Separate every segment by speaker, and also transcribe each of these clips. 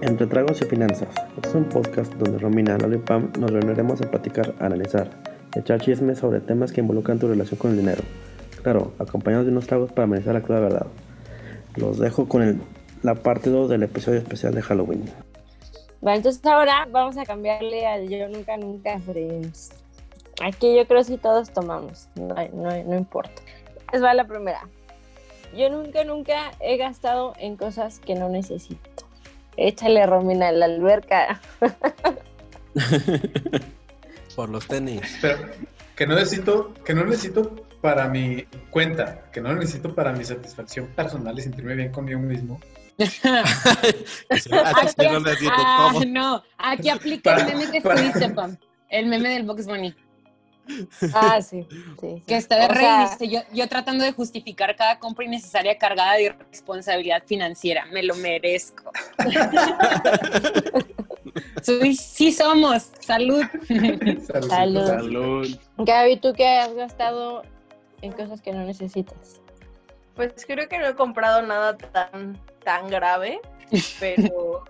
Speaker 1: Entre Tragos y Finanzas. Este es un podcast donde Romina, Lalo y Pam nos reuniremos a platicar, a analizar, y echar chismes sobre temas que involucran tu relación con el dinero. Claro, acompañados de unos tragos para amenizar la cruda verdad. Los dejo con el- la parte 2 del episodio especial de Halloween.
Speaker 2: Bueno, entonces ahora vamos a cambiarle al yo nunca, nunca Friends. Aquí yo creo que sí todos tomamos, no, hay- no, hay- no importa. Les va la primera. Yo nunca, nunca he gastado en cosas que no necesito. Échale Romina a la alberca.
Speaker 1: Por los tenis.
Speaker 3: Pero que no necesito, que no necesito para mi cuenta, que no necesito para mi satisfacción personal y sentirme bien conmigo mismo.
Speaker 2: yo no
Speaker 4: Ah, no. Aquí aplica el meme que
Speaker 3: Para-
Speaker 4: estuviste, Pam. El meme del Box Bunny.
Speaker 2: Ah, sí. sí, sí.
Speaker 4: Que está de
Speaker 2: O
Speaker 4: rey.
Speaker 2: sea,
Speaker 4: dice, yo, yo tratando de justificar cada compra innecesaria cargada de responsabilidad financiera. Me lo merezco. Soy- sí somos. Salud.
Speaker 3: Saludcita.
Speaker 2: Salud.
Speaker 5: Salud.
Speaker 2: Gaby, ¿tú qué has gastado en cosas que no necesitas?
Speaker 6: Pues creo que no he comprado nada tan, tan grave, pero,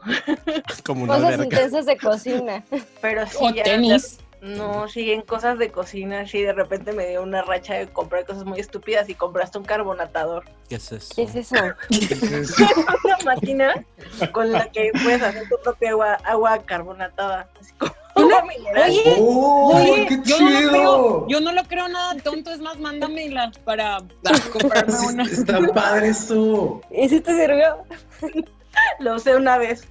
Speaker 5: Como una
Speaker 2: Cosas
Speaker 5: alberca.
Speaker 2: intensas de cocina.
Speaker 6: pero sí.
Speaker 4: O
Speaker 6: ya-
Speaker 4: tenis.
Speaker 6: No, siguen cosas de cocina, sí, de repente me dio una racha de comprar cosas muy estúpidas y compraste un carbonatador.
Speaker 5: ¿Qué es eso?
Speaker 2: ¿Qué es eso?
Speaker 6: una máquina con la que puedes hacer tu propia agua, agua carbonatada. Así como agua mineral.
Speaker 4: Oye,
Speaker 3: ¡Oh,
Speaker 4: oye,
Speaker 3: qué
Speaker 4: yo, no lo
Speaker 3: chido!
Speaker 4: creo, yo no lo creo nada tonto. Es más, mándamela para comprarme
Speaker 3: Ah, Sí,
Speaker 4: una.
Speaker 3: Está padre eso.
Speaker 2: ¿Y si te sirvió?
Speaker 6: Lo usé una vez.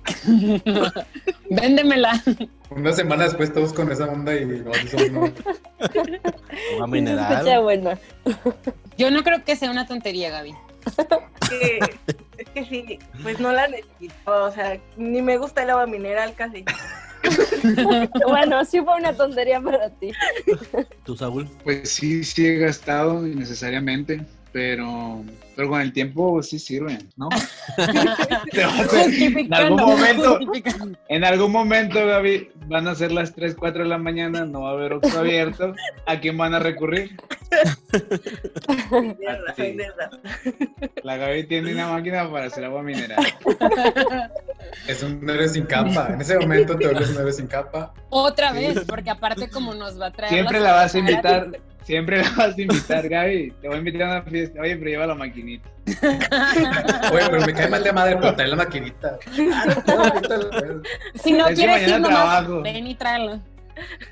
Speaker 4: Véndemela.
Speaker 3: Una semana después todos con esa onda y no, eso no.
Speaker 5: Agua
Speaker 2: Se escucha
Speaker 5: mineral.
Speaker 2: bueno.
Speaker 4: Yo no creo que sea una tontería, Gaby.
Speaker 6: Que, es que sí, pues no la necesitaba, o sea, ni me gusta el agua mineral casi.
Speaker 2: Bueno, sí fue una tontería para ti.
Speaker 5: ¿Tú, Saúl?
Speaker 7: Pues sí, sí he gastado innecesariamente, pero, pero con el tiempo sí sirven, ¿no? en
Speaker 4: Justificando,
Speaker 7: algún momento,
Speaker 4: justificando.
Speaker 7: en algún momento, Gaby, van a ser las 3, 4 de la mañana, no va a haber Oxxo abierto, ¿a quién van a recurrir?
Speaker 6: Sí, tienes razón,
Speaker 7: Sí.
Speaker 6: tienes razón.
Speaker 7: La Gaby tiene una máquina para hacer agua mineral.
Speaker 3: Es un héroe sin capa. En ese momento te vuelves un héroe sin capa.
Speaker 4: Otra
Speaker 3: Sí.
Speaker 4: vez, porque aparte como nos va a traer...
Speaker 7: Siempre
Speaker 4: las
Speaker 7: la vas a
Speaker 4: cosas
Speaker 7: invitar, siempre la vas a invitar, Gaby. Te voy a invitar a una fiesta, oye, pero lleva la maquinita.
Speaker 4: gratis.
Speaker 3: Oye, pero me cae mal de madre por traer la maquinita. Ah, no, puedo, ahorita lo-
Speaker 4: si no
Speaker 7: Es que
Speaker 4: quieres ir
Speaker 7: mañana
Speaker 4: nomás,
Speaker 7: trabajo.
Speaker 4: ven y tráelo.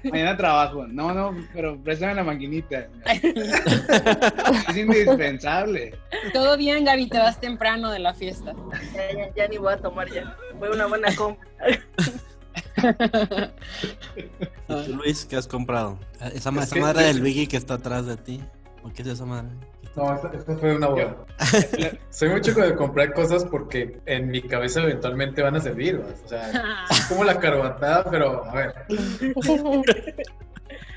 Speaker 7: Mañana trabajo. No, no, pero préstame la maquinita. Es indispensable.
Speaker 4: Todo bien, Gaby, te vas temprano de la fiesta.
Speaker 6: Ya, ya- ya ni voy a tomar ya. Fue una buena compra.
Speaker 5: ¿Y tú, Luis, qué has comprado? Ah, Esa, ma-
Speaker 3: Es
Speaker 5: esa
Speaker 3: que-
Speaker 5: madre del Luigi Ah. que está atrás de ti. ¿Por qué es esa madre? ¿Qué está-
Speaker 3: No, esta, esta fue una boda. Soy mucho de comprar cosas porque en mi cabeza eventualmente van a servir. ¿vas? O sea, es como la carbatada, pero a ver,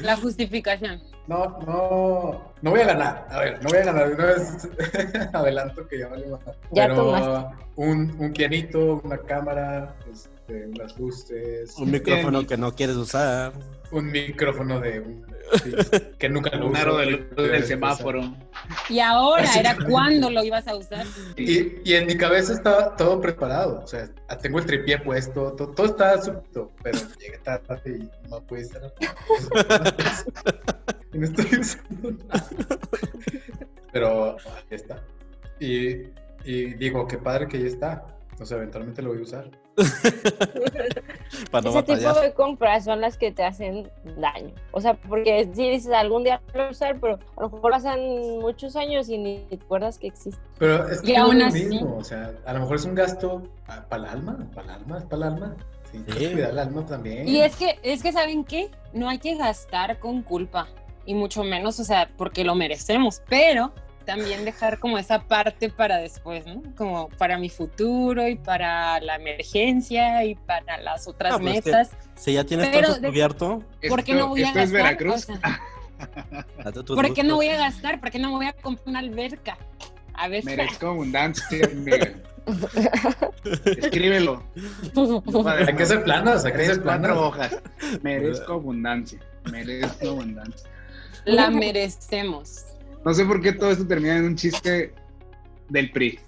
Speaker 4: la justificación.
Speaker 3: no, no, no voy a ganar. A ver, no voy a ganar. De Una vez adelanto que ya vale más.
Speaker 2: Ya
Speaker 3: pero un, un pianito, una cámara, este, unas luces,
Speaker 5: Un micrófono que no quieres usar.
Speaker 3: un micrófono de un- sí, que nunca lo
Speaker 7: Un
Speaker 3: uso,
Speaker 7: aro de luz del semáforo.
Speaker 4: Y ahora, ¿era cuándo lo ibas a usar?
Speaker 3: Y, y en mi cabeza está todo preparado, o sea, tengo el tripié puesto, to- todo está súbito, pero llega tarde y no puede ser. Y no estoy usando nada. Pero ahí está. Y, y digo, qué padre que ya está. O sea, eventualmente lo voy a usar.
Speaker 5: Para no
Speaker 2: Ese tipo
Speaker 5: batallar.
Speaker 2: de compras son las que te hacen daño. O sea, porque si dices algún día lo voy a usar, pero a lo mejor pasan muchos años y ni te acuerdas que existe.
Speaker 3: Pero es que
Speaker 4: Y
Speaker 3: no
Speaker 4: aún
Speaker 3: es lo
Speaker 4: así.
Speaker 3: mismo, o sea, a lo mejor es un gasto para el alma, para el alma, es para el alma. Sí, hay que
Speaker 5: Sí.
Speaker 3: cuidar el alma también.
Speaker 4: Y es que, es que, ¿saben qué? No hay que gastar con culpa. Y mucho menos, o sea, porque lo merecemos. Pero también dejar como esa parte para después, ¿no? Como para mi futuro y para la emergencia y para las otras
Speaker 5: Ah, pues es que-
Speaker 4: metas.
Speaker 5: Si ya tienes
Speaker 4: Pero
Speaker 5: todo
Speaker 4: de-
Speaker 5: cubierto,
Speaker 4: ¿Por qué no voy a
Speaker 7: esto es
Speaker 4: gastar?
Speaker 7: Veracruz.
Speaker 4: O sea,
Speaker 5: date tus
Speaker 4: ¿Por qué no
Speaker 5: gustos.
Speaker 4: voy a gastar? ¿Por qué no me voy a comprar una alberca? A ver,
Speaker 7: Merezco abundancia, amiga. Escríbelo.
Speaker 3: Hay que hacer planos, hay que
Speaker 7: Tres,
Speaker 3: hacer
Speaker 7: cuatro
Speaker 3: planos.
Speaker 7: hojas. Merezco abundancia. Merezco abundancia.
Speaker 4: la merecemos.
Speaker 7: No sé por qué todo esto termina en un chiste del PRI.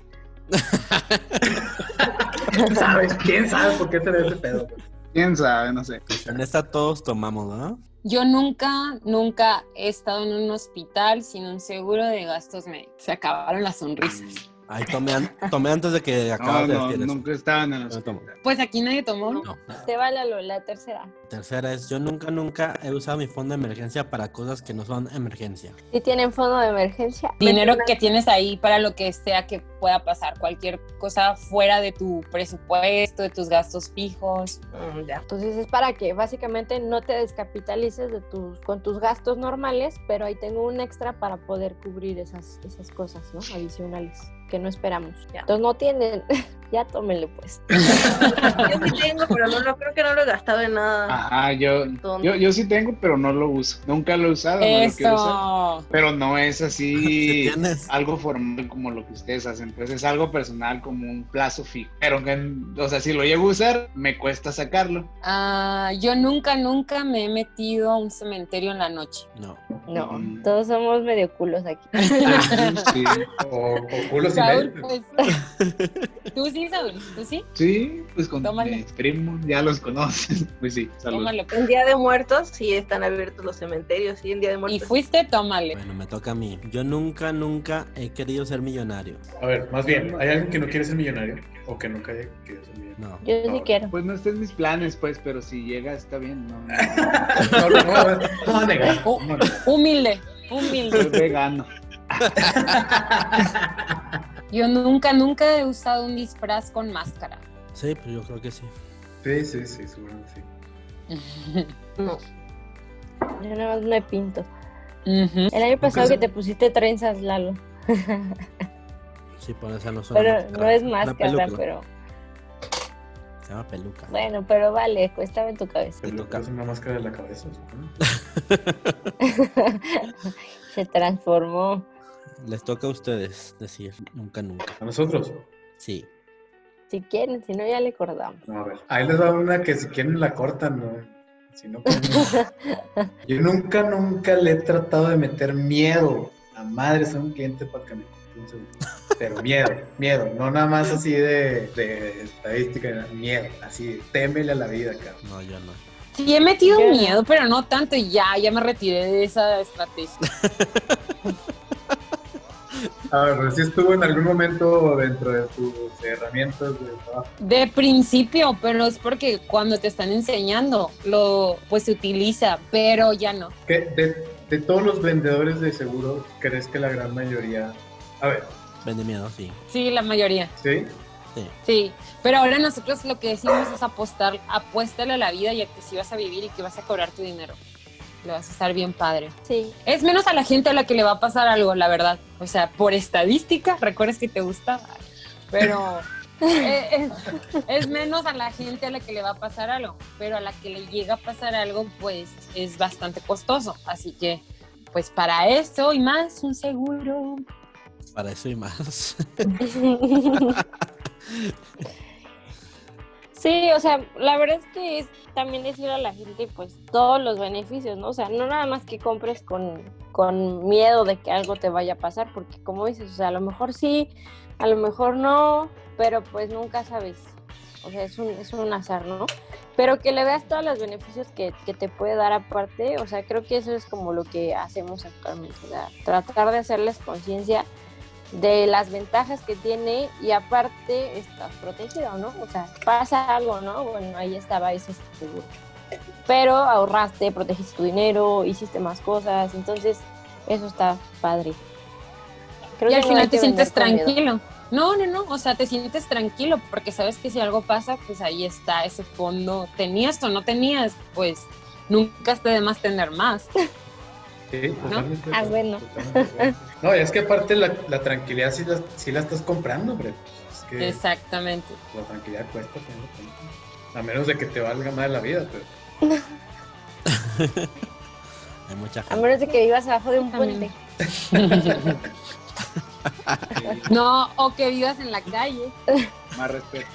Speaker 3: ¿Quién sabe? ¿Quién sabe por qué se ve ese pedo? güey?
Speaker 7: ¿Quién sabe? No sé.
Speaker 5: En esta todos tomamos, ¿no?
Speaker 4: Yo nunca, nunca he estado en un hospital sin un seguro de gastos médicos. Se acabaron las sonrisas.
Speaker 5: Ahí tomé, an- tomé antes de que
Speaker 7: No,
Speaker 5: acabas de
Speaker 7: no,
Speaker 5: decir eso. Ah,
Speaker 7: nunca estaban en
Speaker 5: No
Speaker 7: los...
Speaker 5: tomo.
Speaker 4: Pues aquí nadie tomó. ¿no?
Speaker 5: No.
Speaker 2: Te va la, la tercera.
Speaker 5: Tercera es, yo nunca, nunca he usado mi fondo de emergencia para cosas que no son emergencia.
Speaker 2: Si tienen fondo de emergencia,
Speaker 4: Dinero que tienes ahí para lo que sea que pueda pasar. Cualquier cosa fuera de tu presupuesto, de tus gastos fijos.
Speaker 6: Mm, ya.
Speaker 2: Entonces es para que básicamente no te descapitalices de tus, con tus gastos normales, pero ahí tengo un extra para poder cubrir esas, esas cosas, ¿no? Adicionales que no esperamos.
Speaker 6: Ya.
Speaker 2: Entonces no tienen, ya tómenle pues.
Speaker 6: Yo sí tengo, pero no lo creo que no lo he gastado en nada.
Speaker 7: Ajá, yo, yo, yo sí tengo, pero no lo uso. Nunca lo he usado, no lo quiero usar.
Speaker 4: Eso.
Speaker 7: Pero no es
Speaker 5: ¿Sí
Speaker 7: así
Speaker 5: tienes?
Speaker 7: algo formal como lo que ustedes hacen. Pues es algo personal como un plazo fijo. Pero, que, o sea, si lo llego a usar, me cuesta sacarlo.
Speaker 4: Ah, yo nunca, nunca me he metido a un cementerio en la noche.
Speaker 5: No.
Speaker 2: No,
Speaker 7: Mm.
Speaker 2: todos somos medio culos aquí.
Speaker 7: Sí,
Speaker 3: O, o culo sin
Speaker 4: Saúl,
Speaker 3: él.
Speaker 4: pues. Tú sí, Saúl, tú sí.
Speaker 7: sí, pues con
Speaker 4: Tómale.
Speaker 7: mis primos, ya los conoces. Pues sí, salud.
Speaker 4: Tómale. pues.
Speaker 6: En Día de Muertos sí están abiertos los cementerios, sí, en Día de
Speaker 4: Y
Speaker 6: Muertos.
Speaker 4: fuiste, tómale.
Speaker 5: Bueno, me toca a mí. Yo nunca, nunca he querido ser millonario.
Speaker 3: A ver, más bien, ¿hay alguien que no quiere ser millonario? ¿O que nunca haya querido ser millonario?
Speaker 5: No.
Speaker 2: Yo sí quiero.
Speaker 7: Pues no estén mis planes, pues, pero si llega está bien. No, no.
Speaker 3: No, no, no, a ver, no va a negar.
Speaker 4: Oh,
Speaker 3: No, no.
Speaker 4: humilde, humilde.
Speaker 7: Soy vegano.
Speaker 4: Yo nunca, nunca he usado un disfraz con máscara.
Speaker 5: Sí, pues yo creo que sí.
Speaker 3: Sí, sí, sí, seguramente sí.
Speaker 6: No.
Speaker 2: Yo nada más me pinto.
Speaker 4: Ujú.
Speaker 2: El año pasado
Speaker 3: se-
Speaker 2: que te pusiste trenzas, Lalo.
Speaker 5: Sí, por eso no son
Speaker 2: Pero
Speaker 5: máscaras.
Speaker 2: no es
Speaker 5: Una
Speaker 2: máscara,
Speaker 5: peluca.
Speaker 2: pero
Speaker 5: Se llama peluca.
Speaker 2: bueno, pero vale, cuesta en tu cabeza.
Speaker 3: Pero
Speaker 5: toca.
Speaker 3: Es una máscara de la cabeza, supongo.
Speaker 2: Se transformó.
Speaker 5: Les toca a ustedes decir nunca, nunca.
Speaker 3: ¿A nosotros?
Speaker 5: Sí.
Speaker 2: Si quieren, si no ya le acordamos.
Speaker 3: No, a ver. Ahí les va una que si quieren la cortan, ¿no? Si no, pues, no. Yo nunca, nunca le he tratado de meter miedo a madres a un cliente para que me compre un seguro. Pero miedo, miedo. No nada más así de, de estadística, miedo. Así, témele a la vida, cabrón.
Speaker 5: No, yo no.
Speaker 4: Sí, he metido
Speaker 2: Ya.
Speaker 4: miedo, pero no tanto. y Ya, ya me retiré de esa estrategia.
Speaker 3: A ver, pero si estuvo en algún momento dentro de tus herramientas de trabajo.
Speaker 4: De principio, pero es porque cuando te están enseñando, lo pues se utiliza, pero ya no.
Speaker 3: ¿Qué- de, de todos los vendedores de seguros, ¿crees que la gran mayoría... A ver,
Speaker 5: Vende miedo, sí.
Speaker 4: Sí, la mayoría.
Speaker 3: ¿sí?
Speaker 4: Sí, pero ahora nosotros lo que decimos es apostar, apuéstale a la vida y a que si vas a vivir y que vas a cobrar tu dinero. Lo vas a estar bien padre.
Speaker 2: Sí,
Speaker 4: Es menos a la gente a la que le va a pasar algo, la verdad. O sea, por estadística, recuerdas que te gusta, pero eh, es, es menos a la gente a la que le va a pasar algo, pero a la que le llega a pasar algo, pues es bastante costoso. Así que, pues para eso y más, un seguro.
Speaker 5: Para eso y más.
Speaker 2: Sí, o sea, la verdad es que es también decir a la gente pues todos los beneficios, ¿no? O sea, no nada más que compres con, con miedo de que algo te vaya a pasar, porque como dices, o sea, a lo mejor sí, a lo mejor no, pero pues nunca sabes. O sea, es un, es un azar, ¿no? Pero que le veas todos los beneficios que, que te puede dar aparte, o sea, creo que eso es como lo que hacemos actualmente, o sea, tratar de hacerles conciencia de las ventajas que tiene y aparte estás protegido, ¿no? O sea, pasa algo, ¿no? Bueno, ahí estaba ese seguro. Pero ahorraste, protegiste tu dinero, hiciste más cosas, entonces eso está padre. Creo
Speaker 4: y al
Speaker 2: no
Speaker 4: final
Speaker 2: hay
Speaker 4: te
Speaker 2: que
Speaker 4: sientes
Speaker 2: vender con miedo.
Speaker 4: tranquilo. No, no, no, o sea, te sientes tranquilo porque sabes que si algo pasa, pues ahí está ese fondo. Tenías o no tenías, pues nunca esté de más tener más.
Speaker 3: Sí, totalmente de
Speaker 2: Ah,
Speaker 3: acuerdo,
Speaker 2: bueno.
Speaker 3: totalmente de acuerdo. No, y es que aparte la, la tranquilidad sí la, sí la estás comprando, hombre. Es que
Speaker 4: Exactamente.
Speaker 3: la tranquilidad cuesta. al final de cuentas. A menos de que te valga más la vida, pero
Speaker 5: Hay mucha
Speaker 2: A
Speaker 5: gente.
Speaker 2: menos de que vivas abajo de un
Speaker 4: También.
Speaker 2: puente.
Speaker 4: No, o que vivas en la calle.
Speaker 7: Más respeto.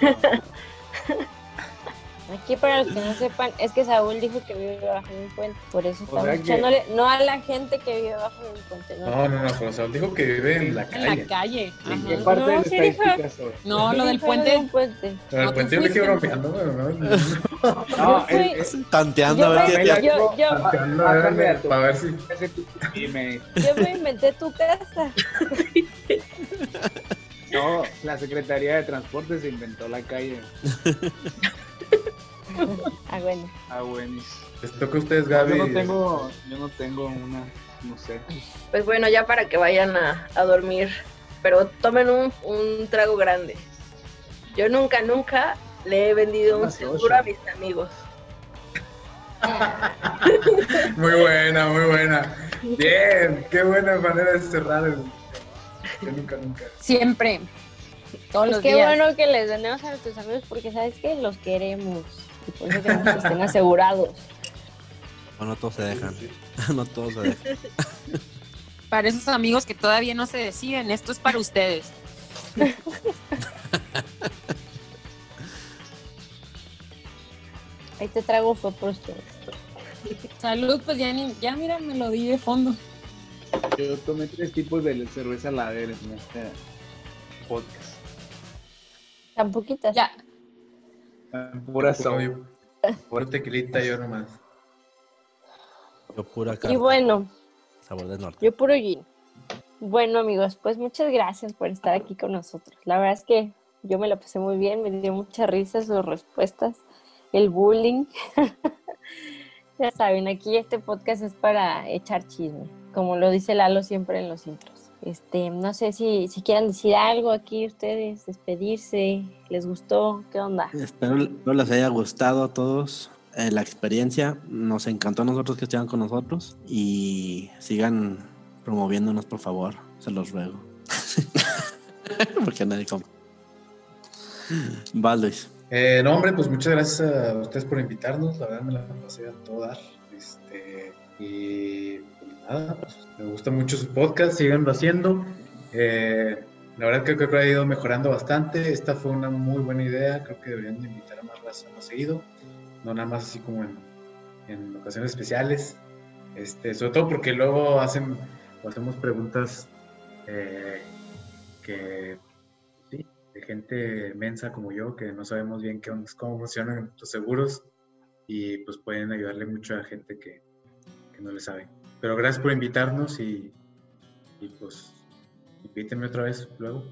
Speaker 2: Aquí para los que no sepan, es que Saúl dijo que vive bajo un puente, por eso estamos
Speaker 7: sea que-
Speaker 2: echándole, no a la gente que vive bajo un puente, no.
Speaker 3: No, no, no, pero Saúl dijo que vive en la
Speaker 4: En la
Speaker 3: calle.
Speaker 4: calle.
Speaker 7: ¿En qué
Speaker 4: Ajá.
Speaker 7: parte
Speaker 2: No,
Speaker 7: de la
Speaker 2: sí, dijo-
Speaker 7: estadística estoy?
Speaker 4: No, lo del
Speaker 2: Yo vivo bajo
Speaker 4: puente.
Speaker 2: un puente.
Speaker 3: Pero el
Speaker 4: No,
Speaker 3: puente
Speaker 4: tú
Speaker 3: yo me quedo
Speaker 4: fuiste.
Speaker 3: bromeando, pero no. no.
Speaker 7: No,
Speaker 2: Yo fui-
Speaker 7: es- es-
Speaker 5: Tanteando a ver
Speaker 2: Yo
Speaker 5: si-
Speaker 2: me-
Speaker 5: ya-
Speaker 2: yo-
Speaker 7: Ah,
Speaker 2: yo-
Speaker 3: Tanteando, a ver,
Speaker 7: Alberto.
Speaker 3: Para ver si.
Speaker 7: ese tú- dime.
Speaker 2: Yo me inventé tu casa.
Speaker 7: No, la Secretaría de Transporte se inventó la calle.
Speaker 2: Ah, bueno.
Speaker 7: Ah, buenísimo.
Speaker 3: Les toca a ustedes,
Speaker 7: Yo
Speaker 3: Gaby.
Speaker 7: no tengo, yo no tengo una, no sé.
Speaker 6: Pues bueno, ya para que vayan a, a dormir, pero tomen un, un trago grande. Yo nunca, nunca le he vendido un
Speaker 7: Unas
Speaker 6: seguro
Speaker 7: ocho.
Speaker 6: a mis amigos.
Speaker 3: Muy buena, muy buena. Bien, qué buena manera de cerrar el. Yo nunca, nunca.
Speaker 4: Siempre. Todos
Speaker 2: Pues
Speaker 4: los
Speaker 2: qué
Speaker 4: días.
Speaker 2: bueno que les vendemos a nuestros amigos porque sabes que los queremos. Y por eso queremos que estén asegurados.
Speaker 5: No, no todos se dejan. No todos se dejan.
Speaker 4: Para esos amigos que todavía no se deciden, esto es para ustedes.
Speaker 2: Este trago fue por ustedes.
Speaker 4: Salud, pues ya, ni- ya mira, me lo di de fondo.
Speaker 7: Yo tomé tres tipos de cerveza lader en este podcast.
Speaker 2: Tan poquitas.
Speaker 4: Ya,
Speaker 7: Pura soy.
Speaker 3: Soy por tequilita yo nomás.
Speaker 5: Yo pura
Speaker 2: Y
Speaker 5: carne,
Speaker 2: bueno,
Speaker 5: sabor del norte.
Speaker 2: yo puro gin. Bueno, amigos, pues muchas gracias por estar aquí con nosotros. La verdad es que yo me la pasé muy bien, me dio mucha risa sus respuestas, el bullying. ya saben, aquí este podcast es para echar chisme, como lo dice Lalo siempre en los intros. Este, no sé si, si quieran decir algo aquí ustedes, despedirse, les gustó, qué onda.
Speaker 5: Espero, espero les haya gustado a todos eh, la experiencia. Nos encantó a nosotros que estuvieran con nosotros y sigan promoviéndonos, por favor. Se los ruego. Porque nadie compra. Va, Luis.
Speaker 3: Eh, no, hombre, pues muchas gracias a ustedes por invitarnos. La verdad me la pasé a todo dar. Este, y pues, nada, pues, me gusta mucho su podcast, síganlo haciendo. Eh, la verdad creo que creo que ha ido mejorando bastante. Esta fue una muy buena idea. Creo que deberían de invitar a más raza más seguido. No nada más así como en, en ocasiones especiales. Este, sobre todo porque luego hacen o hacemos preguntas eh, que sí, de gente mensa como yo que no sabemos bien qué onda, cómo funcionan los seguros y pues pueden ayudarle mucho a gente que, que no le sabe. Pero gracias por invitarnos y, y, pues invítenme otra vez luego,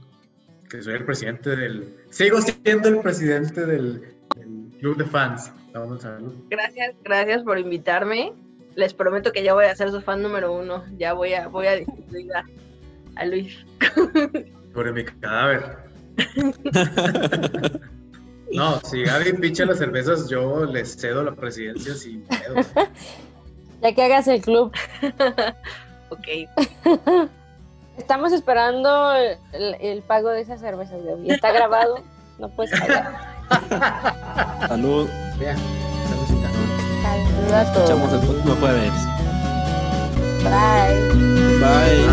Speaker 3: que soy el presidente del... Sigo siendo el presidente del, del club de fans. Vamos a verlo.
Speaker 6: Gracias, gracias por invitarme. Les prometo que ya voy a ser su fan número uno. Ya voy a, voy a destituir a, a Luis.
Speaker 3: Sobre mi cadáver. No, si Gaby picha las cervezas, yo les cedo la presidencia sin miedo.
Speaker 2: Ya que hagas el club.
Speaker 6: ok.
Speaker 2: Estamos esperando el, el- el pago de esas cervezas, Gaby. Está grabado, no puedes fallar.
Speaker 5: Salud.
Speaker 3: Vea, saludcita.
Speaker 2: Saludos a todos.
Speaker 5: Nos escuchamos el próximo jueves.
Speaker 2: Bye.
Speaker 5: Bye.